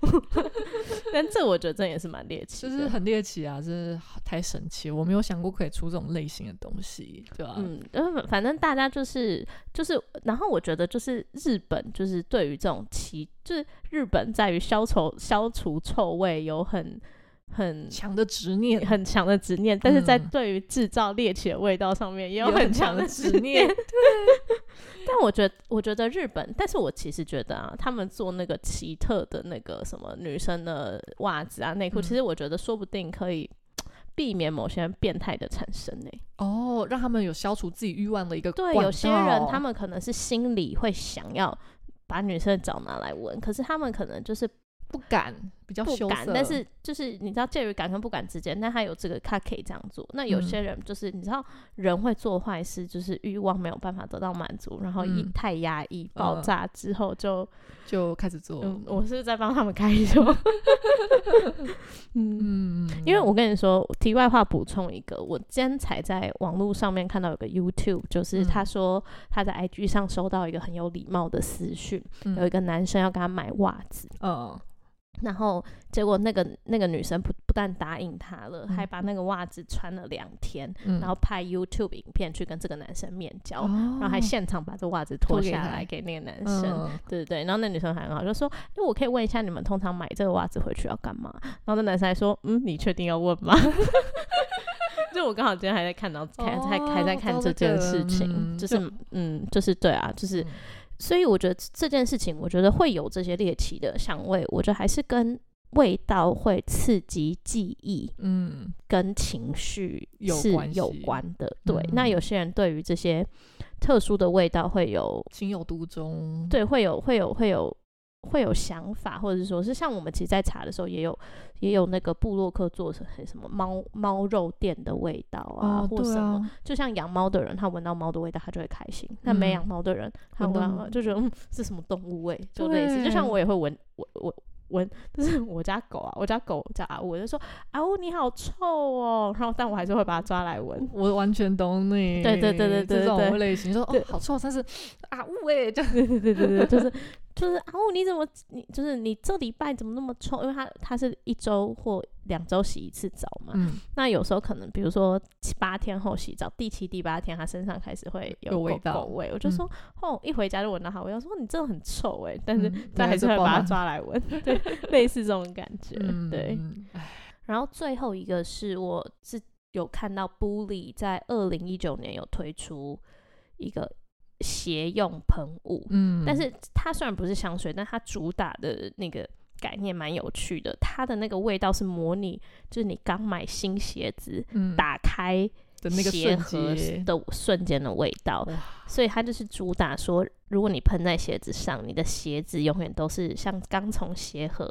[SPEAKER 2] 但这我觉得真的也是蛮猎奇
[SPEAKER 1] 就
[SPEAKER 2] 的。
[SPEAKER 1] 是很猎奇啊，就是太神奇，我没有想过可以出这种类型的东西，对吧、
[SPEAKER 2] 嗯，呃反正大家就是就是，然后我觉得就是日本就是对于这种奇，就是日本在于消除消除臭味有很很
[SPEAKER 1] 强的执 念，
[SPEAKER 2] 很强的执念，但是在
[SPEAKER 1] 嗯
[SPEAKER 2] 对于制造猎奇的味道上面也有
[SPEAKER 1] 有
[SPEAKER 2] 很
[SPEAKER 1] 很
[SPEAKER 2] 强
[SPEAKER 1] 强的
[SPEAKER 2] 执
[SPEAKER 1] 执 念。
[SPEAKER 2] 但我觉得我觉得日本，但是我其实觉得啊，他们做那个奇特的那个什么女生的袜子啊内裤，
[SPEAKER 1] 嗯
[SPEAKER 2] 其实我觉得说不定可以。避免某些变态的产生呢、
[SPEAKER 1] 哦，让他们有消除自己欲望的一个
[SPEAKER 2] 对，
[SPEAKER 1] 管
[SPEAKER 2] 有些人
[SPEAKER 1] 道
[SPEAKER 2] 他们可能是心里会想要把女生的脚拿来闻，可是他们可能就是
[SPEAKER 1] 不敢，比较
[SPEAKER 2] 不
[SPEAKER 1] 羞
[SPEAKER 2] 敢，
[SPEAKER 1] 涩，
[SPEAKER 2] 但是就是你知道介于敢跟不敢之间，那他有这个他可以这样做。那有
[SPEAKER 1] 嗯
[SPEAKER 2] 些人就是、你知道人会做坏事，就是欲望没有办法得到满足，然后一
[SPEAKER 1] 嗯
[SPEAKER 2] 太压抑、爆
[SPEAKER 1] 嗯哦
[SPEAKER 2] 炸之后就
[SPEAKER 1] 就开始做。
[SPEAKER 2] 嗯，我是不是在帮他们开脱。 嗯，
[SPEAKER 1] 嗯，
[SPEAKER 2] 因为我跟你说，题外话补充一个，我今天才在网络上面看到有个 YouTube，就是
[SPEAKER 1] 嗯
[SPEAKER 2] 他说他在 IG 上收到一个很有礼貌的私讯，
[SPEAKER 1] 嗯
[SPEAKER 2] 有一个男生要跟他买袜子，
[SPEAKER 1] 嗯
[SPEAKER 2] 然后结果那个那个女生不不但答应他了，
[SPEAKER 1] 嗯
[SPEAKER 2] 还把那个袜子穿了两天，
[SPEAKER 1] 嗯，
[SPEAKER 2] 然后拍 YouTube 影片去跟这个男生面交，
[SPEAKER 1] 哦
[SPEAKER 2] 然后还现场把这袜子脱
[SPEAKER 1] 脱给
[SPEAKER 2] 下
[SPEAKER 1] 他
[SPEAKER 2] 来给那个男生。
[SPEAKER 1] 嗯
[SPEAKER 2] 对对对，然后那女生还很好，就说：“哎、我可以问一下你们通常买这个袜子回去要干嘛？”然后那男生还说：“嗯，你确定要问吗？” 就我刚好今天还在看到，还还还在
[SPEAKER 1] 哦
[SPEAKER 2] 看
[SPEAKER 1] 到
[SPEAKER 2] 这
[SPEAKER 1] 这
[SPEAKER 2] 件
[SPEAKER 1] 个
[SPEAKER 2] 事情，
[SPEAKER 1] 嗯
[SPEAKER 2] 就
[SPEAKER 1] 就是
[SPEAKER 2] 嗯，就是对啊，就是，
[SPEAKER 1] 嗯
[SPEAKER 2] 所以我觉得这件事情，我觉得会有这些猎奇的香味，我觉得还是跟味道会刺激记忆
[SPEAKER 1] 嗯，
[SPEAKER 2] 跟情绪
[SPEAKER 1] 有
[SPEAKER 2] 是
[SPEAKER 1] 关
[SPEAKER 2] 有
[SPEAKER 1] 系
[SPEAKER 2] 关的。对，那
[SPEAKER 1] 嗯
[SPEAKER 2] 有些人对于这些特殊的味道会有
[SPEAKER 1] 情有独钟，
[SPEAKER 2] 对，会有会有会有会有想法，或者是说是像我们其实，在查的时候也有也有那个布洛克做成什么猫猫肉店的味道啊，
[SPEAKER 1] 哦，
[SPEAKER 2] 或
[SPEAKER 1] 对
[SPEAKER 2] 什么，
[SPEAKER 1] 啊，
[SPEAKER 2] 就像养猫的人，他闻到猫的味道，他就会开心；那没
[SPEAKER 1] 嗯
[SPEAKER 2] 养猫的人，他
[SPEAKER 1] 闻
[SPEAKER 2] 闻
[SPEAKER 1] 到
[SPEAKER 2] 到
[SPEAKER 1] 猫
[SPEAKER 2] 就觉得嗯，是什么动物味，就类似。就像
[SPEAKER 1] 对
[SPEAKER 2] 我也会闻，我我。闻，就是 我家狗啊，我家狗叫阿乌，我就说阿乌你好臭哦，然后但我还是会把它抓来闻，
[SPEAKER 1] 我完全懂你，
[SPEAKER 2] 对对对对对
[SPEAKER 1] 这
[SPEAKER 2] 对
[SPEAKER 1] 种类型，说
[SPEAKER 2] 对
[SPEAKER 1] 哦好臭，但是啊呜 哎，这样
[SPEAKER 2] 对对对对对，就是就是啊，哦你怎么你就是你这礼拜怎么那么臭？因为它它是一周或两周洗一次澡嘛，
[SPEAKER 1] 嗯，
[SPEAKER 2] 那有时候可能比如说七八天后洗澡，第七第八天它身上开始会有
[SPEAKER 1] 有
[SPEAKER 2] 狗
[SPEAKER 1] 味道
[SPEAKER 2] 狗味，我
[SPEAKER 1] 嗯
[SPEAKER 2] 就说、哦，一回家就闻到它味道，我说你真的很臭哎、但是
[SPEAKER 1] 嗯对
[SPEAKER 2] 但还是
[SPEAKER 1] 就
[SPEAKER 2] 会
[SPEAKER 1] 抱
[SPEAKER 2] 把它
[SPEAKER 1] 它
[SPEAKER 2] 抓 来闻，对，类似这种感觉，
[SPEAKER 1] 嗯
[SPEAKER 2] 对。
[SPEAKER 1] 嗯
[SPEAKER 2] 然后最后一个是我是有看到 Bully 在二零一九年有推出一个鞋用喷雾，
[SPEAKER 1] 嗯，
[SPEAKER 2] 但是它虽然不是香水，但它主打的那个概念蛮有趣的。它的那个味道是模拟，就是你刚买新鞋子
[SPEAKER 1] 嗯
[SPEAKER 2] 打开
[SPEAKER 1] 的那个
[SPEAKER 2] 鞋
[SPEAKER 1] 瞬
[SPEAKER 2] 盒
[SPEAKER 1] 间，
[SPEAKER 2] 的瞬间的味道
[SPEAKER 1] 哇，
[SPEAKER 2] 所以它就是主打说，如果你喷在鞋子上，你的鞋子永远都是像刚从鞋盒，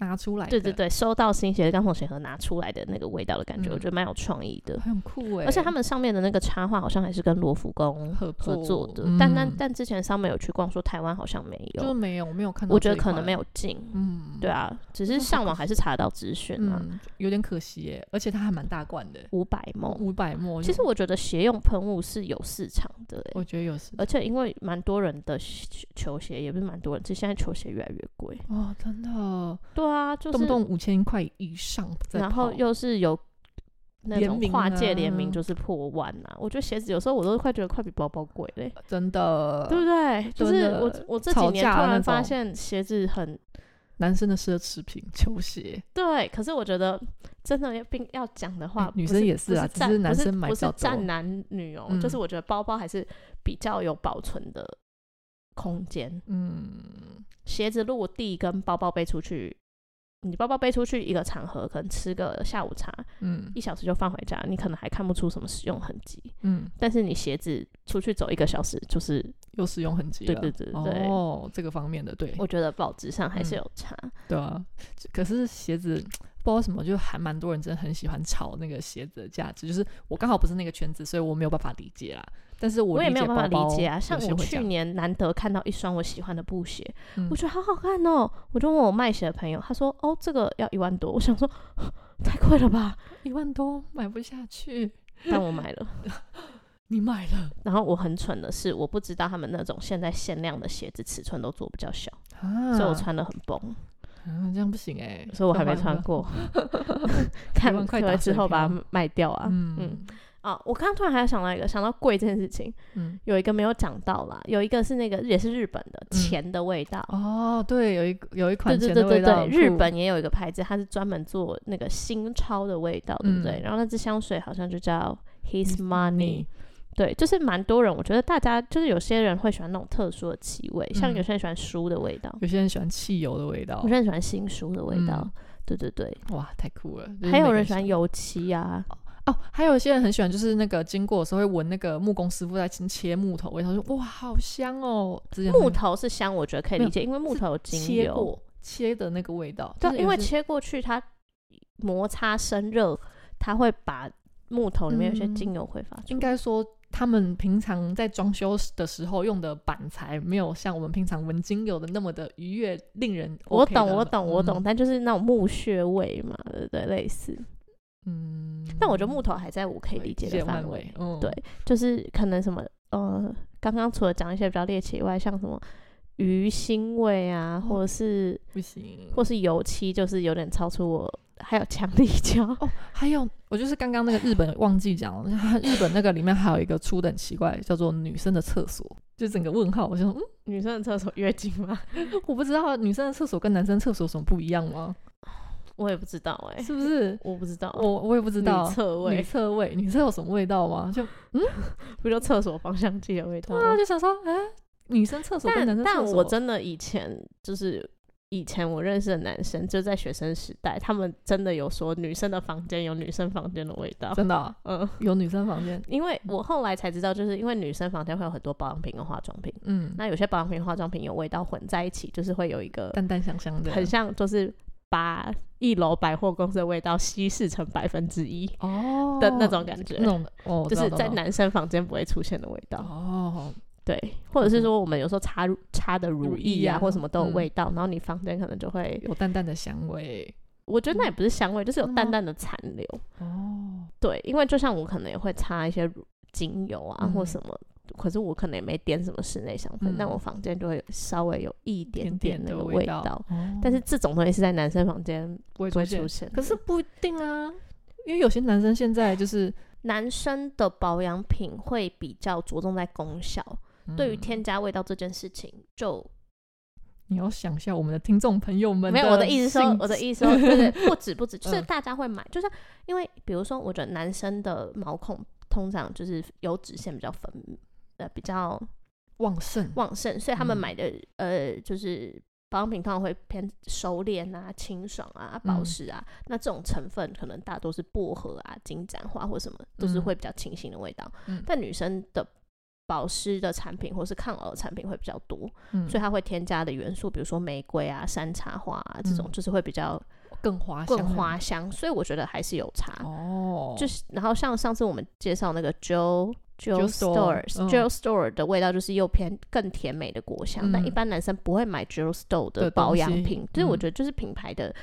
[SPEAKER 1] 拿出来的，
[SPEAKER 2] 对对对，收到新鞋刚从鞋盒拿出来的那个味道的感觉，我
[SPEAKER 1] 嗯
[SPEAKER 2] 觉得蛮有创意的。
[SPEAKER 1] 很酷哎、
[SPEAKER 2] 而且他们上面的那个插画好像还是跟罗浮宫
[SPEAKER 1] 合
[SPEAKER 2] 合
[SPEAKER 1] 作
[SPEAKER 2] 作的，但但
[SPEAKER 1] 嗯
[SPEAKER 2] 但之前上面有去逛，说台湾好像没
[SPEAKER 1] 就是
[SPEAKER 2] 有，
[SPEAKER 1] 没有没有看到，
[SPEAKER 2] 我觉得可能没，有进，
[SPEAKER 1] 嗯，
[SPEAKER 2] 对啊，只是
[SPEAKER 1] 那好
[SPEAKER 2] 上网
[SPEAKER 1] 可
[SPEAKER 2] 还是查得到资讯啊，
[SPEAKER 1] 嗯，有点可惜哎，而且它还蛮大罐的，
[SPEAKER 2] 五百梦。
[SPEAKER 1] 五百墨，
[SPEAKER 2] 其实我觉得鞋用喷雾是有市场的、欸，
[SPEAKER 1] 我觉得有时
[SPEAKER 2] 而且因为蛮多人的球球鞋，也不是蛮多人，其实现在球鞋越来越贵。
[SPEAKER 1] 哦，真的
[SPEAKER 2] 对啊，就是
[SPEAKER 1] 动不动五千块以上在跑，
[SPEAKER 2] 然后又是有那
[SPEAKER 1] 联
[SPEAKER 2] 种
[SPEAKER 1] 名
[SPEAKER 2] 跨界联
[SPEAKER 1] 啊
[SPEAKER 2] 名，就是破万啊！我觉得鞋子有时候我都快觉得快比包包贵嘞、
[SPEAKER 1] 真的，
[SPEAKER 2] 对不对？就
[SPEAKER 1] 真
[SPEAKER 2] 是
[SPEAKER 1] 的
[SPEAKER 2] 我我这几
[SPEAKER 1] 吵
[SPEAKER 2] 年
[SPEAKER 1] 架
[SPEAKER 2] 突
[SPEAKER 1] 啊那
[SPEAKER 2] 然发
[SPEAKER 1] 种
[SPEAKER 2] 现鞋子很
[SPEAKER 1] 男生的奢侈品球鞋，
[SPEAKER 2] 对，可是我觉得真的要并要讲的话，
[SPEAKER 1] 女
[SPEAKER 2] 不
[SPEAKER 1] 生
[SPEAKER 2] 是
[SPEAKER 1] 也
[SPEAKER 2] 不
[SPEAKER 1] 是啊只
[SPEAKER 2] 站
[SPEAKER 1] 是
[SPEAKER 2] 不
[SPEAKER 1] 男生买
[SPEAKER 2] 不
[SPEAKER 1] 比较
[SPEAKER 2] 是站
[SPEAKER 1] 多
[SPEAKER 2] 男女哦、就是
[SPEAKER 1] 嗯
[SPEAKER 2] 我觉得包包还是比较有保存的空间。
[SPEAKER 1] 嗯，
[SPEAKER 2] 鞋子落地跟包包背出去，你包包背出去一个场合，可能吃个下午茶，
[SPEAKER 1] 嗯
[SPEAKER 2] 一小时就放回家，你可能还看不出什么使用痕迹。
[SPEAKER 1] 嗯，
[SPEAKER 2] 但是你鞋子出去走一个小时，就是
[SPEAKER 1] 有使用痕迹
[SPEAKER 2] 对
[SPEAKER 1] 了
[SPEAKER 2] 对对对
[SPEAKER 1] 哦，这个方面的对，
[SPEAKER 2] 我觉得保值上还是
[SPEAKER 1] 嗯
[SPEAKER 2] 有差。
[SPEAKER 1] 对啊，这可是鞋子不知道为什么，就还蛮多人真的很喜欢炒那个鞋子的价值。就是我刚好不是那个圈子，所以我没有办法理解啦。但是我
[SPEAKER 2] 我也
[SPEAKER 1] 理
[SPEAKER 2] 没
[SPEAKER 1] 解
[SPEAKER 2] 有办法
[SPEAKER 1] 包包
[SPEAKER 2] 理解啊，像
[SPEAKER 1] 有些
[SPEAKER 2] 我
[SPEAKER 1] 会
[SPEAKER 2] 去
[SPEAKER 1] 讲
[SPEAKER 2] 年难得看到一双我喜欢的布鞋，
[SPEAKER 1] 嗯
[SPEAKER 2] 我觉得好好看哦，我就问我卖鞋的朋友，他说哦这个要一万多，我想说 太贵了吧，
[SPEAKER 1] 一万多买不下去，
[SPEAKER 2] 但我买了。
[SPEAKER 1] 你买了
[SPEAKER 2] 然后我很蠢的是，我不知道他们那种现在限量的鞋子尺寸都做比较小，
[SPEAKER 1] 啊
[SPEAKER 2] 所以我穿的很崩，
[SPEAKER 1] 啊，这样不行哎、
[SPEAKER 2] 所以我还没
[SPEAKER 1] 这样
[SPEAKER 2] 穿
[SPEAKER 1] 买不到。
[SPEAKER 2] 过。看
[SPEAKER 1] 一万块
[SPEAKER 2] 可不可
[SPEAKER 1] 打
[SPEAKER 2] 以之
[SPEAKER 1] 水
[SPEAKER 2] 后把
[SPEAKER 1] 漂
[SPEAKER 2] 它卖掉啊。
[SPEAKER 1] 嗯
[SPEAKER 2] 啊，我刚刚突然还想到一个，想到贵这件事情，
[SPEAKER 1] 嗯
[SPEAKER 2] 有一个没有讲到啦，有一个是那个也是日本的
[SPEAKER 1] 嗯
[SPEAKER 2] 钱的味道。
[SPEAKER 1] 哦，对，有一个有一
[SPEAKER 2] 对
[SPEAKER 1] 款
[SPEAKER 2] 对
[SPEAKER 1] 钱
[SPEAKER 2] 对
[SPEAKER 1] 的
[SPEAKER 2] 对
[SPEAKER 1] 味道嗯很
[SPEAKER 2] 对，
[SPEAKER 1] 酷，
[SPEAKER 2] 日本也有一个牌子，它是专门做那个新钞的味道，对不对？
[SPEAKER 1] 嗯
[SPEAKER 2] 然后那支香水好像就叫 His
[SPEAKER 1] His
[SPEAKER 2] Money，
[SPEAKER 1] Money
[SPEAKER 2] 对，就是蛮多人，我觉得大家就是有些人会喜欢那种特殊的气味，像
[SPEAKER 1] 嗯
[SPEAKER 2] 有些人喜欢书的味道，
[SPEAKER 1] 有些人喜欢汽油的味道
[SPEAKER 2] 有，些人喜欢新书的味道
[SPEAKER 1] 嗯，
[SPEAKER 2] 对对对，
[SPEAKER 1] 哇，太酷了！就是
[SPEAKER 2] 还有
[SPEAKER 1] 每个
[SPEAKER 2] 人喜欢油漆啊，
[SPEAKER 1] 哦，还有一些人很喜欢，就是那个经过的时候会闻那个木工师傅在切木头味，他说哇，好香哦。之前
[SPEAKER 2] 木
[SPEAKER 1] 很
[SPEAKER 2] 头是香，我觉得可以
[SPEAKER 1] 没
[SPEAKER 2] 理
[SPEAKER 1] 有
[SPEAKER 2] 解，因为木
[SPEAKER 1] 是
[SPEAKER 2] 头有精
[SPEAKER 1] 切
[SPEAKER 2] 油，
[SPEAKER 1] 过切的那个味道，
[SPEAKER 2] 对
[SPEAKER 1] 就
[SPEAKER 2] 啊，
[SPEAKER 1] 是
[SPEAKER 2] 因为
[SPEAKER 1] 有些
[SPEAKER 2] 切过去它摩擦生热，它会把木头里面有些
[SPEAKER 1] 嗯
[SPEAKER 2] 精油挥发出来。
[SPEAKER 1] 应该说他们平常在装修的时候用的板材，没有像我们平常闻精油的那么的愉悦，令人
[SPEAKER 2] 我
[SPEAKER 1] OK 的
[SPEAKER 2] 懂，我懂，我懂，
[SPEAKER 1] 嗯
[SPEAKER 2] 但就是那种木屑味嘛，对不对？类似。
[SPEAKER 1] 嗯，
[SPEAKER 2] 但我觉得木头还在我可以理解的范
[SPEAKER 1] 范
[SPEAKER 2] 围，，
[SPEAKER 1] 嗯，
[SPEAKER 2] 对就是可能什么呃，刚刚除了讲一些比较猎奇以外，像什么鱼腥味啊，或者是
[SPEAKER 1] 不行。
[SPEAKER 2] 或是油漆，就是有点超出我。还有强力 胶，
[SPEAKER 1] 哦，还有我就是刚刚那个日本忘记讲了， 日本那个里面还有一个出的很奇怪，叫做女生的厕所，就整个问号，我想说嗯。
[SPEAKER 2] 女生的厕所月经吗？
[SPEAKER 1] 我不知道女生的厕所跟男生厕所有什么不一样吗？
[SPEAKER 2] 我也不知道哎、
[SPEAKER 1] 是不是？
[SPEAKER 2] 我不知道，
[SPEAKER 1] 我我也不知道
[SPEAKER 2] 女。厕
[SPEAKER 1] 女
[SPEAKER 2] 味
[SPEAKER 1] 厕味，女厕有什么味道吗？ 就
[SPEAKER 2] 不就厕所芳香剂的味道吗？
[SPEAKER 1] 啊，就想说，哎、女生厕所跟男
[SPEAKER 2] 但
[SPEAKER 1] 生厕
[SPEAKER 2] 但
[SPEAKER 1] 所，
[SPEAKER 2] 我真的以前就是以前我认识的男生，就在学生时代，他们真的有说女生的房间有女生房间的味道。
[SPEAKER 1] 真嗯的啊、
[SPEAKER 2] 嗯，
[SPEAKER 1] 有女生房间，
[SPEAKER 2] 因为我后来才知道，就是因为女生房间会有很多保养品跟化妆品，
[SPEAKER 1] 嗯，
[SPEAKER 2] 那有些保养品、化妆品有味道混在一起，就是会有一个
[SPEAKER 1] 淡淡香香的，
[SPEAKER 2] 很像，就是把一楼百货公司的味道稀释成百分之一
[SPEAKER 1] 哦
[SPEAKER 2] 的那种感觉
[SPEAKER 1] 那，种哦，我知
[SPEAKER 2] 就
[SPEAKER 1] 道
[SPEAKER 2] 是在
[SPEAKER 1] 懂了
[SPEAKER 2] 男生房间不会出现的味道。
[SPEAKER 1] 哦，
[SPEAKER 2] 对，或者是
[SPEAKER 1] 嗯
[SPEAKER 2] 说我们有时候擦乳擦的乳
[SPEAKER 1] 乳
[SPEAKER 2] 液
[SPEAKER 1] 液
[SPEAKER 2] 啊，
[SPEAKER 1] 啊
[SPEAKER 2] 或什么都有
[SPEAKER 1] 嗯
[SPEAKER 2] 味道，然后你房间可能就会，
[SPEAKER 1] 有淡淡的香味，
[SPEAKER 2] 我觉得那也不是香味，就是有
[SPEAKER 1] 真的
[SPEAKER 2] 淡
[SPEAKER 1] 吗
[SPEAKER 2] 淡的残留。
[SPEAKER 1] 哦，
[SPEAKER 2] 对，因为就像我可能也会擦一些乳精油啊或
[SPEAKER 1] 嗯
[SPEAKER 2] 什么，可是我可能也没点什么室内香氛，但
[SPEAKER 1] 嗯
[SPEAKER 2] 我房间就会稍微有一点
[SPEAKER 1] 点
[SPEAKER 2] 那
[SPEAKER 1] 的
[SPEAKER 2] 个
[SPEAKER 1] 味
[SPEAKER 2] 道。
[SPEAKER 1] 哦
[SPEAKER 2] 但是这种东西是在男生房间
[SPEAKER 1] 不会
[SPEAKER 2] 不会
[SPEAKER 1] 出
[SPEAKER 2] 出
[SPEAKER 1] 现，
[SPEAKER 2] 现的，
[SPEAKER 1] 可是不一定啊，因为有些男生现在就是、
[SPEAKER 2] 男生的保养品会比较着重在功效，对于
[SPEAKER 1] 嗯
[SPEAKER 2] 添加味道这件事情就
[SPEAKER 1] 你要想一下我们的听众朋友们，
[SPEAKER 2] 没有，我的意思说，我的
[SPEAKER 1] 思，
[SPEAKER 2] 意思说，对对，不止不止，就是
[SPEAKER 1] 嗯
[SPEAKER 2] 大家会买，就是因为比如说，我觉得男生的毛孔通常就是油脂腺比较分呃比较
[SPEAKER 1] 旺盛，
[SPEAKER 2] 旺盛，所以他
[SPEAKER 1] 嗯
[SPEAKER 2] 们买的、呃就是保养品通常会偏收敛啊、清爽啊、保
[SPEAKER 1] 嗯
[SPEAKER 2] 湿啊，那这种成分可能大多是薄荷啊、金盏花或什么，都是
[SPEAKER 1] 嗯
[SPEAKER 2] 会比较清新的味道。
[SPEAKER 1] 嗯
[SPEAKER 2] 但女生的保湿的产品或是抗老的产品会比较多，
[SPEAKER 1] 嗯，
[SPEAKER 2] 所以它会添加的元素，比如说玫瑰啊、山茶花啊这种，
[SPEAKER 1] 嗯
[SPEAKER 2] 就是会比较
[SPEAKER 1] 更花香，
[SPEAKER 2] 更花香，所以我觉得还是有差。
[SPEAKER 1] 哦，
[SPEAKER 2] 就是然后像上次我们介绍那个 Joe Joe
[SPEAKER 1] Joe Store，
[SPEAKER 2] Stores、
[SPEAKER 1] 嗯
[SPEAKER 2] Joe Store 的味道，就是又偏更甜美的果香，
[SPEAKER 1] 嗯
[SPEAKER 2] 但一般男生不会买 Joe Store 的
[SPEAKER 1] 的
[SPEAKER 2] 保
[SPEAKER 1] 东西
[SPEAKER 2] 养品，就是我
[SPEAKER 1] 嗯
[SPEAKER 2] 觉得就是品牌的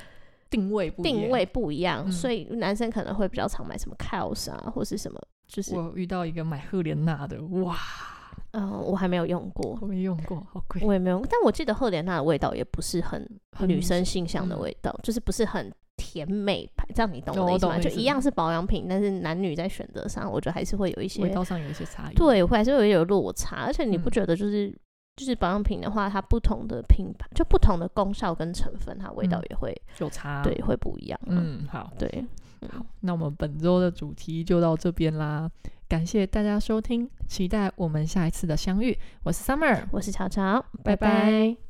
[SPEAKER 1] 定位不一样
[SPEAKER 2] 定位。不一样，
[SPEAKER 1] 嗯
[SPEAKER 2] 所以男生可能会比较常买什么 c o s 啊，或是什么。就是，
[SPEAKER 1] 我遇到一个买赫莲娜的，哇，
[SPEAKER 2] 嗯、我还没有用过，
[SPEAKER 1] 我没用过，好贵，
[SPEAKER 2] 我也没有用，但我记得赫莲娜的味道也不是很
[SPEAKER 1] 很
[SPEAKER 2] 女生形象的
[SPEAKER 1] 嗯
[SPEAKER 2] 味道，就是不是很甜美派，这样你懂我的
[SPEAKER 1] 我
[SPEAKER 2] 意思吗？
[SPEAKER 1] 懂
[SPEAKER 2] 就
[SPEAKER 1] 意思
[SPEAKER 2] 一样是保养品，但是男女在选择上，我觉得还是会有一
[SPEAKER 1] 味
[SPEAKER 2] 些
[SPEAKER 1] 道上有一些差异。，
[SPEAKER 2] 对，会还是会有落差。而且你不
[SPEAKER 1] 嗯
[SPEAKER 2] 觉得就是、就是保养品的话，它不同的品牌就不同的功效跟成分，它味道
[SPEAKER 1] 嗯
[SPEAKER 2] 也会、
[SPEAKER 1] 有差。
[SPEAKER 2] 对，会不一样。嗯，
[SPEAKER 1] 嗯，好，
[SPEAKER 2] 对，
[SPEAKER 1] 好，那我们本周的主题就到这边啦，感谢大家收听，期待我们下一次的相遇。我是 Summer，
[SPEAKER 2] 我是乔乔，
[SPEAKER 1] 拜拜
[SPEAKER 2] 拜